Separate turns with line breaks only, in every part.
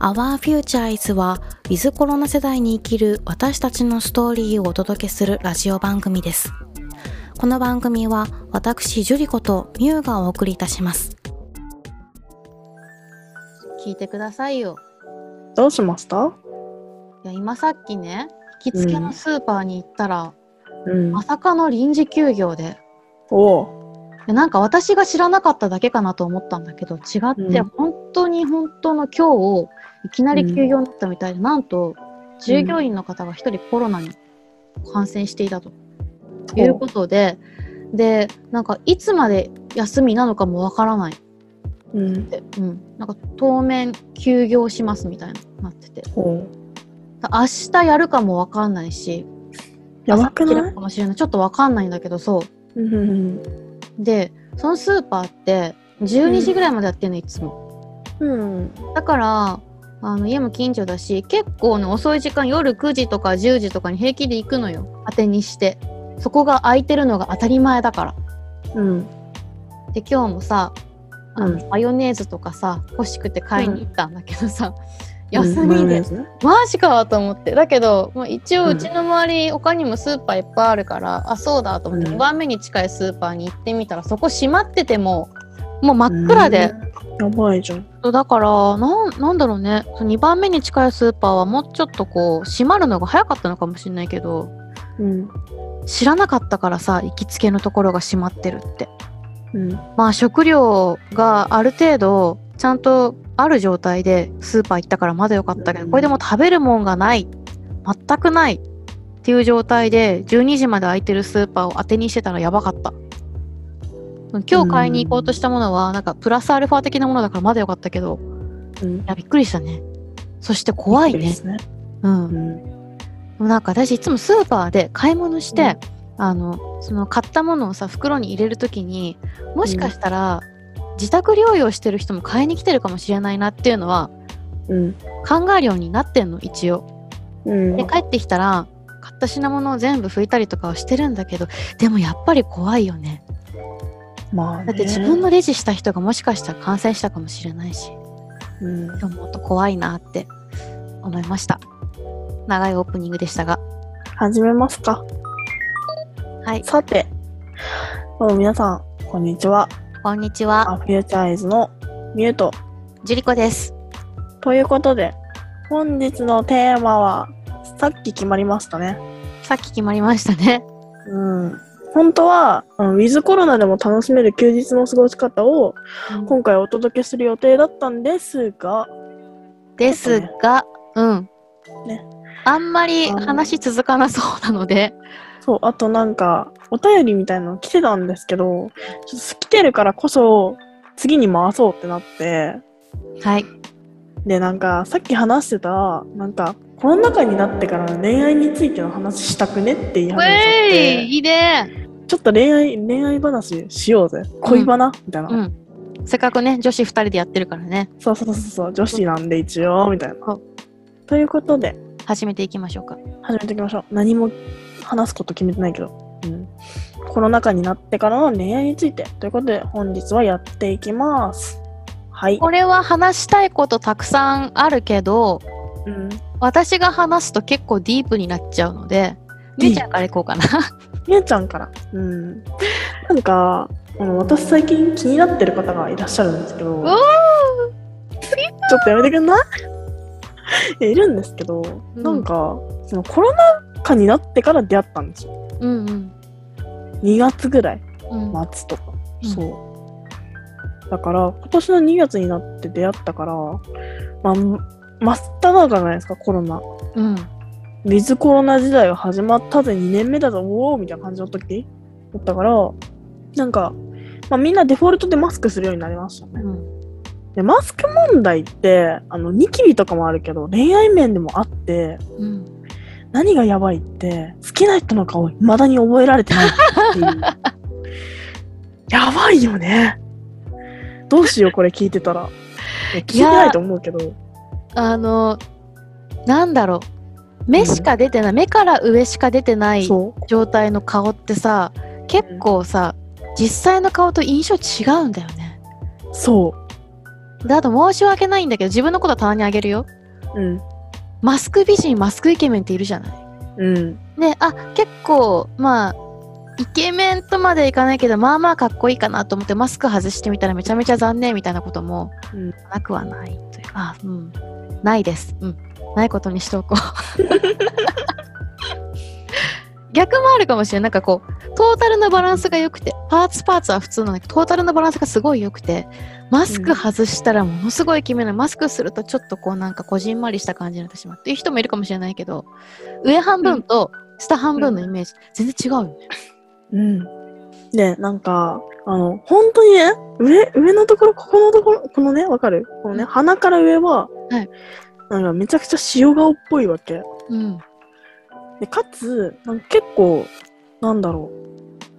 Our Future is は With コロナ世代に生きる私たちのストーリーをお届けするラジオ番組ですこの番組は私ジュリコとミュウがお送りいたします聞いてくださいよ
どうしました
いや今さっきね行きつけのスーパーに行ったら、
うん
ま。さかの臨時休業で
おう
でなんか私が知らなかっただけかなと思ったんだけど違って、
うん
本当に本当の今日をいきなり休業になったみたいで、なんと従業員の方が1人コロナに感染していたということで、でなんかいつまで休みなのかもわからないっ
うん。
て、うん、なんか当面休業しますみたいになってて
おう
明日やるかもわかんないし
やば
明後
く
日や
な
る
い
かもしれないちょっとわかんないんだけどそう
うんうん
でそのスーパーって12時ぐらいまでやってんのいつも、
うん。うん。
だからあの家も近所だし結構ね遅い時間夜9時とか10時とかに平気で行くのよ当てにしてそこが空いてるのが当たり前だから
うん。
で今日もさあの、
う
マヨネーズとかさ欲しくて買いに行ったんだけどさ、
う
休
んマヨ
み
ネ
で
ー、ズね
マジかと思ってだけど、まあ、一応
うん
うちの周り、他にもスーパーいっぱいあるからあそうだと思って、
うん
2番目に近いスーパーに行ってみたらそこ閉まっててももう真っ暗で、
うん。やばいじゃん。
そうだからなんなんだろうねその2番目に近いスーパーはもうちょっとこう閉まるのが早かったのかもしれないけど
うん。
知らなかったからさ行きつけのところが閉まってるって
うん。
まあ食料がある程度ちゃんとある状態でスーパー行ったからまだ良かったけど、
うん
これでもう食べるもんがない全くないっていう状態で12時まで空いてるスーパーを当てにしてたらやばかった今日買いに行こうとしたものはなんかプラスアルファ的なものだからまだ良かったけど
うん
い。やびっくりしたねそして怖い
で
ね
すね。
うん
う
で
ん。
もなんか私いつもスーパーで買い物して、あのその買ったものをさ袋に入れる時にもしかしたら、自宅療養してる人も買いに来てるかもしれないなっていうのは
うん。
考えるようになってんの一応
うん
で帰ってきたら買った品物を全部拭いたりとかはしてるんだけどでもやっぱり怖いよね
まあね。
だって自分のレジした人がもしかしたら感染したかもしれないし
うん。
でももっと怖いなって思いました長いオープニングでしたが
始めますか。
はい
さて、どうも皆さん、こんにちは。
こんにちは、
アフューチャーイズのミュート。
ジュリコです。
ということで、本日のテーマは、さっき決まりましたね。
さっき決まりましたね。
うん。本当は、あのウィズコロナでも楽しめる休日の過ごし方を、今回お届けする予定だったんですが、
ですが、うん。
ね
あんまり話続かなそうなので、
そう、あとなんか、お便りみたいなの来てたんですけど、ちょっと来てるからこそ、次に回そうってなって、
はい。
でなんかさっき話してたなんかコロナ禍になってからの恋愛についての話したくねって言い始
うえ
めちゃ
い
っ
いいね。
てちょっと恋愛恋愛話しようぜ恋バナ、みたいな、
うん。せっかくね、女子二人でやってるからね、
そうそうそうそう女子なんで一応みたいな、
そう
ということで
始めていきましょうか。
始めていきましょう何も話すこと決めてないけど、うん、コロナ禍になってからの恋愛についてということで本日はやっていきますはい、
これは話したいことたくさんあるけど、
うん、
私が話すと結構ディープになっちゃうので、
ディープ
みーちゃんからいこうかな。
みゆちゃんから。うん。なんか、あの私最近気になってる方がいらっしゃるんですけど、
お
ちょっとやめてくんない いやいるんですけど、
うん
なんか、そのコロナ禍になってから出会ったんですよ。
ーうんうん。
2月ぐらい、
うん、
末とか。
うん
そう。だから、今年の2月になって出会ったから、まあ、真っ只中じゃないですか、コロナ。
うん。
ウィズコロナ時代が始まったぜ2年目だぞおおみたいな感じの時だったからなんか、まあ、みんなデフォルトでマスクするようになりましたね
うん。
でマスク問題ってあのニキビとかもあるけど恋愛面でもあって
うん。
何がやばいって好きな人の顔未だに覚えられてないっていう やばいよねどうしようこれ聞いてたらいや聞いてないと思うけど
あの、なんだろう。目しか出てない、目から上しか出てない
そう
状態の顔ってさ結構さ、実際の顔と印象違うんだよね。
そ
で、あと申し訳ないんだけど、自分のことはたまにあげるよ。
う。うん。
マスク美人、マスクイケメンっているじゃない
うん。
で、あ、結構、まあ、イケメンとまでいかないけど、まあまあかっこいいかなと思って、マスク外してみたらめちゃめちゃ残念みたいなことも
うん、
なくはないというか、あうん、ないです。うん、ないことにしておこう。 逆もあるかもしれない。なんかこう、トータルのバランスが良くて、パーツパーツは普通なんだけど、トータルのバランスがすごい良くて、マスク外したらものすごい決めない。マスクするとちょっとこうなんかこじんまりした感じになってしまうっていう人もいるかもしれないけど、上半分と下半分のイメージ、全然違うよね。
うん。で、なんか、あの、本当にね、上、上のところ、ここのところ、このね、わかるこのね、
うん
鼻から上は、
はい
なんかめちゃくちゃ塩顔っぽいわけ。
うん。
で、かつ、なんか結構、なんだろ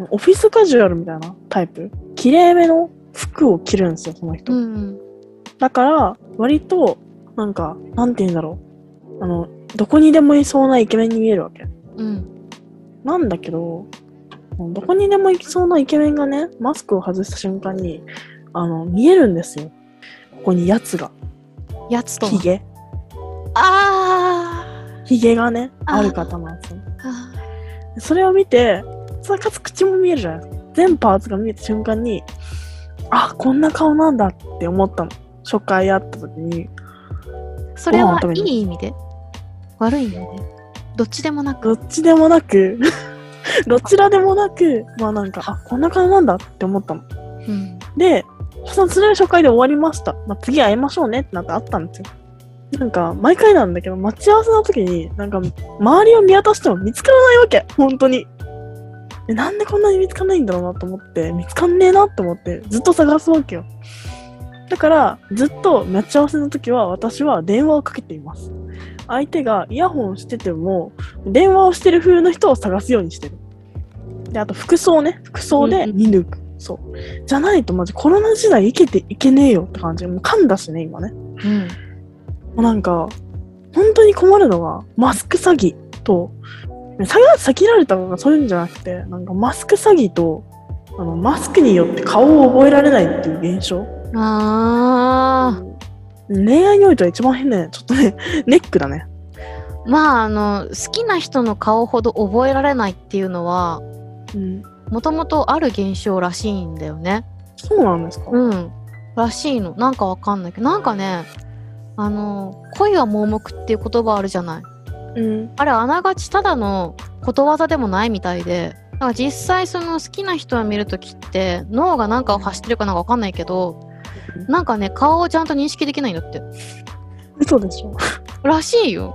う、オフィスカジュアルみたいなタイプ。綺麗めの服を着るんですよ、その人。
うん。
だから、割と、なんか、なんて言うんだろう。あの、どこにでもいそうなイケメンに見えるわけ。
うん。
なんだけど、どこにでも行きそうなイケメンがね、マスクを外した瞬間に、あの、見えるんですよ。ここにやつが。
やつとは
ヒゲ。
あ
ヒゲがね、
あー
ある方なんですよ。
ーあ
それを見て、それかつ口も見えるじゃないですか。全パーツが見えた瞬間に、あ、こんな顔なんだって思ったの。初回会った時に、
ー。それ
ご飯を
は
食べ
い
に
い意味で悪い意味でどっちでもなく。
どっちでもなく、 どちらでもなく、まあなんか、あ、こんな顔なんだって思ったの。
うん。
で、そのそれは初回で終わりました。まあ、次会いましょうねってなって会ったんですよ。なんか、毎回なんだけど、待ち合わせの時に、なんか、周りを見渡しても見つからないわけ。本当に。でなんでこんなに見つかんないんだろうなと思って、見つかんねえなと思って、ずっと探すわけよ。だから、ずっと待ち合わせの時は、私は電話をかけています。相手がイヤホンしてても、電話をしてる風の人を探すようにしてる。で、あと服装ね。服装で見抜く。そう。じゃないとマジコロナ時代生きていけねえよって感じ。もう噛んだしね、今ね。も
うん。
うなんか、本当に困るのが、マスク詐欺と、詐欺、詐欺られたのがそういうんじゃなくて、なんかマスク詐欺と、あの、マスクによって顔を覚えられないっていう現象。
あ
恋愛においては一番変な、ちょっとね、 ネックだね。
ーまああの好きな人の顔ほど覚えられないっていうのは
うん。
もともとある現象らしいんだよね。
そうなんですか、
うん。らしいの。なんかわかんないけどなんかねあの恋は盲目っていう言葉あるじゃない。
うん、
あれあながちただのことわざでもないみたいでだから実際その好きな人を見るときって脳が何かを発してるかなんか分かんないけどなんかね顔をちゃんと認識できないんだって
嘘でしょ。
らしいよ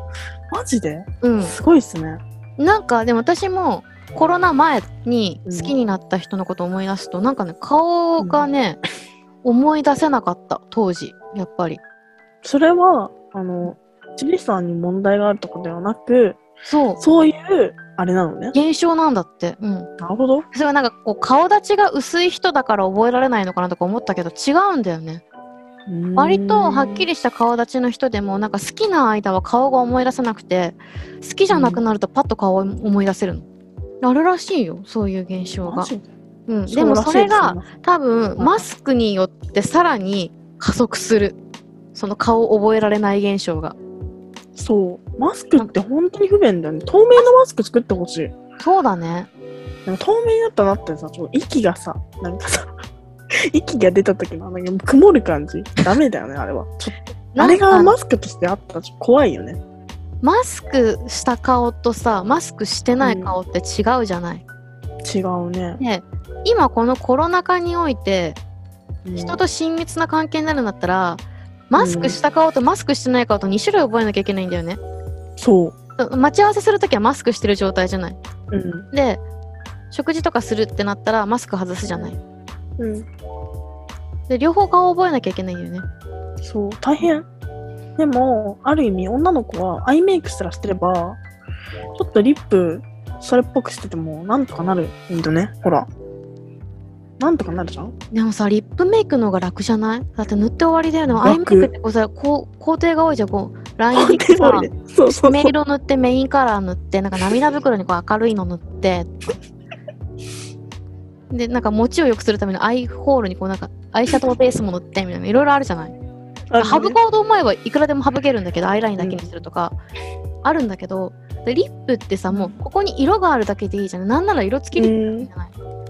マジで
うん
すごいっすね。
なんかでも私もコロナ前に好きになった人のことを思い出すと、なんかね顔がね、思い出せなかった当時やっぱり
それは、あの、チリさんに問題があるとかではなく、
そう
そういう、あれなのね。
現象なんだってうん
なるほど。
それはなんかこう顔立ちが薄い人だから覚えられないのかなとか思ったけど違うんだよね割とはっき
り。
りした顔立ちの人でもなんか好きな間は顔が思い出せなくて好きじゃなくなるとパッと顔を思い出せるの、あるらしいよそういう現象
マ
が、
ジで
うん、でもそれが、多分マスクによってさらに加速するその顔を覚えられない現象が
そう。マスクって本当に不便だよね。透明のマスク作ってほしい。
そうだね
なんか透明になったなってさ、ちょっと息がさ、なんかさ、 息が出た時の、なんか曇る感じ。ダメだよね、あれは。ちょっとあれ
な
が
んか
マスクとしてあったらちょっと怖いよね。
マスクした顔とさマスクしてない顔って違うじゃない、
違うね。
ね今このコロナ禍において
うん
人と親密な関係になるんだったらマスクした顔とマスクしてない顔と2種類覚えなきゃいけないんだよね
そう。
待ち合わせするときはマスクしてる状態じゃない
うん。
で食事とかするってなったらマスク外すじゃない
うん。
で両方顔覚えなきゃいけないんだよね
そう、大変。でも、ある意味、女の子はアイメイクすらしてれば、ちょっとリップ、それっぽくしてても、なんとかなるんだね。ほら。なんとかなるじゃん
でもさリップメイクの方が楽じゃないだって塗って終わりだよね
楽
アイメイクってこうさこう工程が多いじゃんこうライン
本
引き
当
さ
にねそうそう
メ
そう。
色塗ってメインカラー塗ってなんか涙袋にこう明るいの塗ってでなんか持ちを良くするためのアイホールにこうなんかアイシャドウベースも塗ってみたいないろいろあるじゃない省
あ
こうと思えばいくらでも省けるんだけどアイラインだけにするとか、あるんだけどでリップってさもうここに色があるだけでいいじゃないなんなら色付きリップでいいじゃない、
うん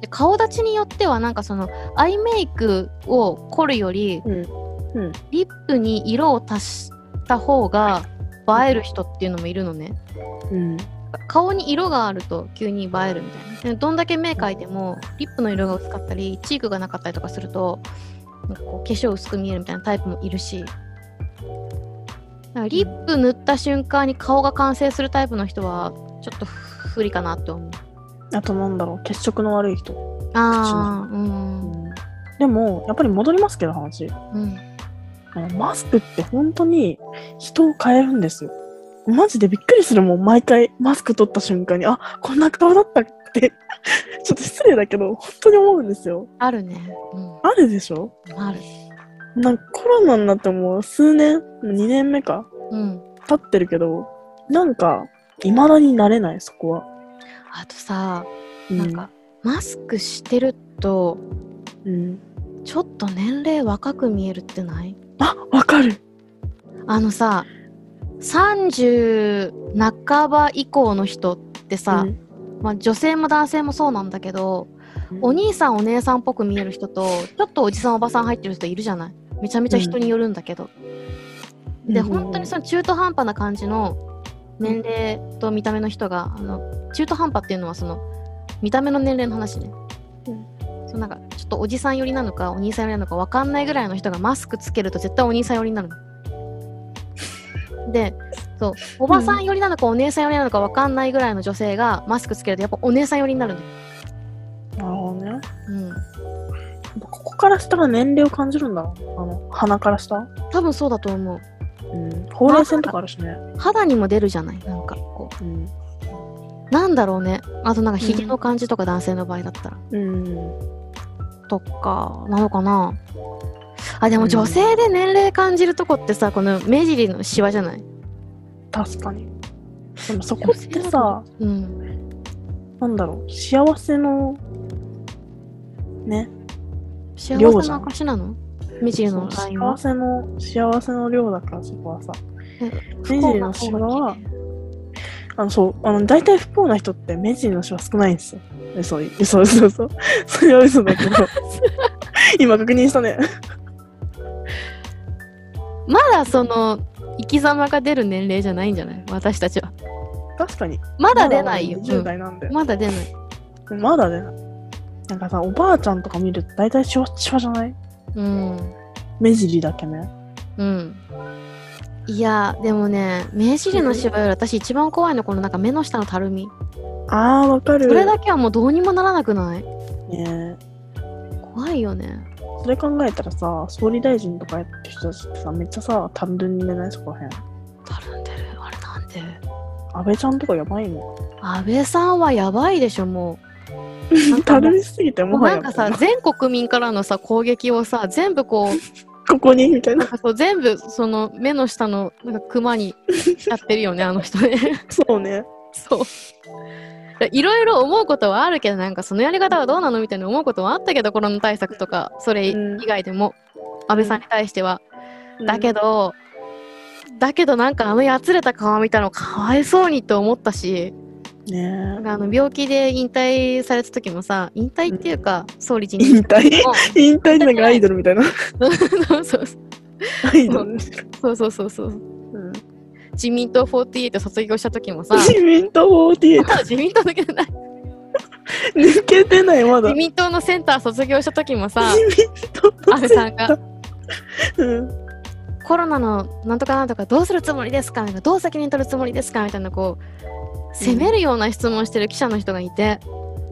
で顔立ちによってはなんかそのアイメイクを凝るより
うんうん
リップに色を足した方が映える人っていうのもいるのね
うん
顔に色があると急に映えるみたいなどんだけ目描いてもリップの色が薄かったりチークがなかったりとかするとなんかこう化粧薄く見えるみたいなタイプもいるしだからリップ塗った瞬間に顔が完成するタイプの人はちょっと不利かなって思う
あとなんだろう血色の悪い人、
ああうん
でもやっぱり戻りますけど話
うん
あのマスクって本当に人を変えるんですよマジでびっくりするもん毎回マスク取った瞬間にあこんな顔だったって ちょっと失礼だけど本当に思うんですよ
あるねうん
あるでしょ
ある
なんかコロナになってもう数年2年目か
うん
経ってるけどなんか未だになれないそこは、
あとさ
う
なんかマスクしてると
うん、
ちょっと年齢若く見えるってない
あわかる
あのさ30半ば以降の人ってさ、
うん
まあ、女性も男性もそうなんだけどお兄さんお姉さんっぽく見える人とちょっとおじさんおばさん入ってる人いるじゃないめちゃめちゃ人によるんだけど、で
うん
本当にその中途半端な感じの年齢と見た目の人があの中途半端っていうのはその見た目の年齢の話ね、
うん
そうなんかちょっとおじさん寄りなのかお兄さん寄りなのか分かんないぐらいの人がマスクつけると絶対お兄さん寄りになるの。でそうおばさん寄りなのかお姉さん寄りなのか分かんないぐらいの女性がマスクつけるとやっぱお姉さん寄りになるの。
なるほどね
うん
ここから下が年齢を感じるんだろうあの鼻から下
多分そうだと思う
うん、ほうれい線とかあるしね。
肌にも出るじゃないなんかこ
うん。
うなんだろうねあとなんかひげの感じとか男性の場合だったら、
うん。
とかなのかなあでも女性で年齢感じるとこってさこの目尻のシワじゃない
確かに。でもそこってさ、
うん
なんだろう、幸せの、ね、
幸
量
せ
じ
の
ゃん
証なの目尻のラインは
幸せの、幸せの量だからそこはさ、
不
目
幸
尻
な
のシ
方が
ワは、あの、そう、あの、大体不幸な人って目尻のシワ少ないんですよ。嘘、嘘、嘘、嘘。 それは嘘だけ ど。今確認したね。
まだその生き様が出る年齢じゃないんじゃない私たちは
確かに。
まだ出ないよ、
10代なんで
うん。まだ出ない
まだ出ない。なんかさ、おばあちゃんとか見ると大体シワシワじゃない
うん
目尻だけね。
うんいやでもね目尻のシワより私一番怖いのこのなんか目の下のたるみ
あー、わかる。
それだけはもうどうにもならなくない
ね
怖いよね
それ考えたらさ、総理大臣とかやってる人たちってさ、めっちゃさ、たるんでないそこらへん。
たるんでるあれなんで
安倍ちゃんとかやばいも
安倍さんはやばいでしょもなん
ん。
かも
た
う
るみすぎて
うも
も
う
は
な
や
んかさ
みたい
全国民からのさ攻撃をさ全部こう
なここにみたい
なん
な。
かそう全部その目の下のなんかクマにやってる よねあの人ね
そうね。
そういろいろ思うことはあるけどなんかそのやり方はどうなのみたいな思うことはあったけどコロナ対策とかそれ以外でも、安倍さんに対しては、だけ
ど。
どだけどなんかあのやつれた顔見たのかわいそうにと思ったし
ね
なんかあの病気で引退された時もさ引退っていうか、総理人
え。引退
も
引退ってなんかアイドルみたいな。
そうそうそ
アイドル。
うそうそうそう
うん
自民党48卒業した時も さ
自民党48。
自民党だけじゃない
抜けてない、まだ
自。民党のセンター卒業した時もさ
自民党
安倍さんが
うん。
コロナのなんとかなんとかどうするつもりですかなんかどう責任取るつもりですかみたいなこう責めるような質問してる記者の人がいて、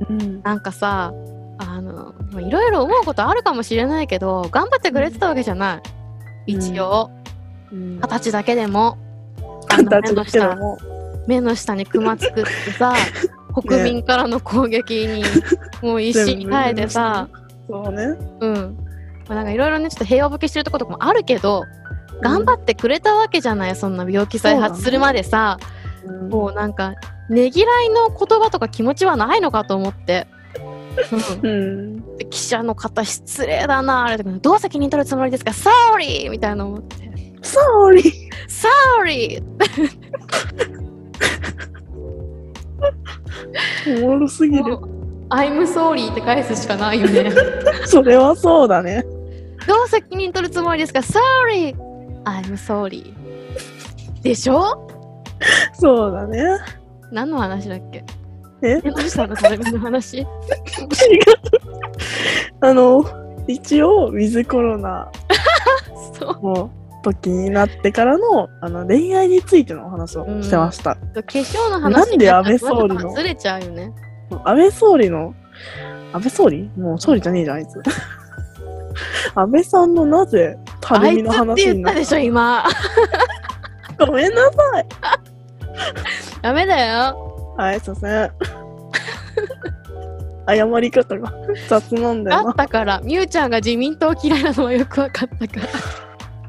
うん。
なんかさあのまあいろいろ思うことあるかもしれないけど頑張ってくれてたわけじゃない、
うん
一応
うん
二十歳だけでもあの
形だけども。
目の下にクマつくって さ国民からの攻撃にもう一心に耐えてさ、
そうね。
うんまあ、なんかいろいろねちょっと平和ボケしてるとことかもあるけど頑張ってくれたわけじゃないそんな病気再発するまでさ
うん
もうなんかねぎらいの言葉とか気持ちはないのかと思ってそう
うん。
で記者の方失礼だなあれとかどう責任取るつもりですか「サーリー!」みたいな思って
サオリ
「サーリー!
ー。おもろす」ぎる。
「アイムソーリー」って返すしかないよね
それはそうだね。
どう責任取るつもりですか「サーリー!」「アイムソーリー」でしょ
そうだね。
何の話だっけ
え
えどうしたのそれの話
違う。あの、一応、ウィズコロナ
そう
の時になってからのあの恋愛についてのお話をしてました。
化粧の話にったら
なんで安倍総理の
ずれちゃうよね
安倍総理の、安倍総理もう総理じゃねえじゃん、あいつ。安倍さんのなぜ、た
あ
るみ
いつ
の
って
話に
言っ
な
た
っ
でしょ今
た。ごめんなさい。
ダメだよ
はい、すいません。謝り方 が雑なんだ
あっ
よな。
たからみゆちゃんが自民党嫌いなのはよくわかったから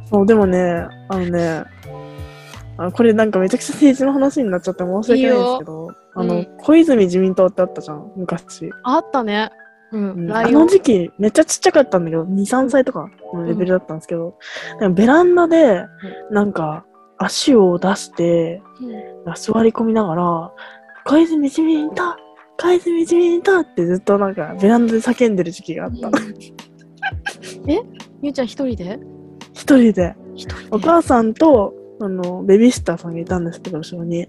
そう、でもね、あのね、あのこれなんかめちゃくちゃ政治の話になっちゃって申し訳ないんですけど、あの、
うん
小泉自民党ってあったじゃん、昔。
あったねうん、
うん
ラ
あ
イオ
の
ン
時期めっちゃちっちゃかったんだけど23歳とかのレベルだったんですけど、なんかベランダでなんか足を出して
うん
座り込みながら「小泉自民党小泉自民党!」ってずっとなんかベランダで叫んでる時期があった
えみゆちゃん一人で
一人で
一
お
人で
母さんとあのベビーシッターさんがいたんですけど後ろに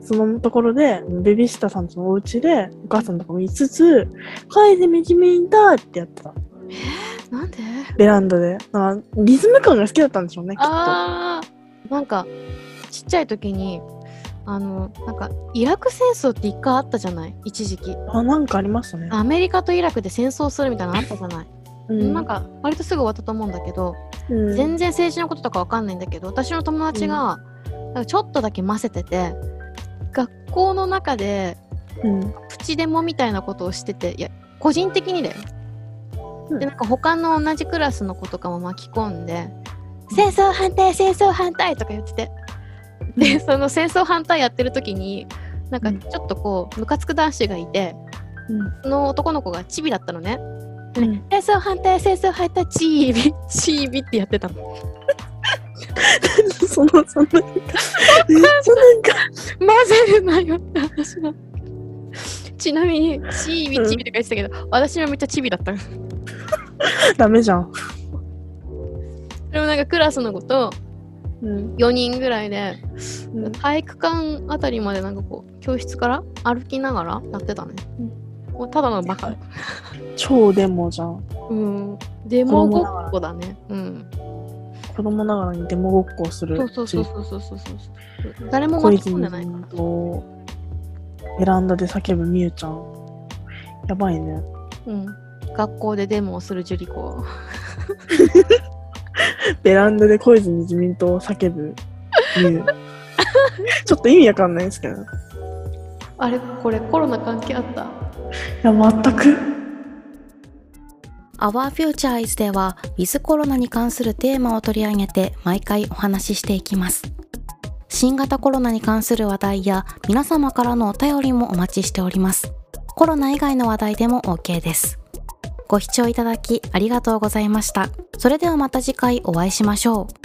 そのところでベビーシッターさんとのお家でお母さんとかもいつつ「小泉自民党!」ってやってた
なんで
ベランダで。あリズム感が好きだったんでしょうね、きっと。
あーなんかちっちゃい時にあのなんかイラク戦争って一回あったじゃない一時期
あ、なんかありましたね。
アメリカとイラクで戦争するみたいなのあったじゃない、
うん
なん、か割とすぐ終わったと思うんだけど
うん
全然政治のこととかわかんないんだけど私の友達が、なんかちょっとだけ混ぜてて学校の中で
うん
プチデモみたいなことをしてていや個人的にだよ、
うん
でなんか他の同じクラスの子とかも巻き込んで「戦争反対戦争反対」とか言っててでその戦争反対やってる時になんか
うん
ちょっとこうムカつく男子がいて
うん
その男の子がチビだったのね
うん
「戦争反対戦争反対チービチービ」ってやってたの
その、その、なんか、めっちゃなんか、
混ぜるなよって話なのちなみにチービチビとか言ってたけど、私はめっちゃチビだったの
ダメじゃん。
でもなんかクラスの子と
うん。
4人ぐらいで
うん
体育館あたりまでなんかこう教室から歩きながらやってたね、
うん
もうただのバカ
超デモじゃん。
うんデモごっこだねうん
子供ながらにデモごっこをする。
そうそうそうそうそうそうそう誰も
小
巻き
泉
込んでないから
と、ベランダで叫ぶみゆちゃん。やばいね。
うん学校でデモをするジュリコ
ベランダで小泉自民党を叫ぶみ ゆ。ちょっと意味わかんないですけど。い
あれこれコロナ関係あった
や、全く。
Our Future is では、ウィズコロナに関するテーマを取り上げて毎回お話ししていきます。新型コロナに関する話題や皆様からのお便りもお待ちしております。コロナ以外の話題でも OK です。ご視聴いただきありがとうございました。それではまた次回お会いしましょう。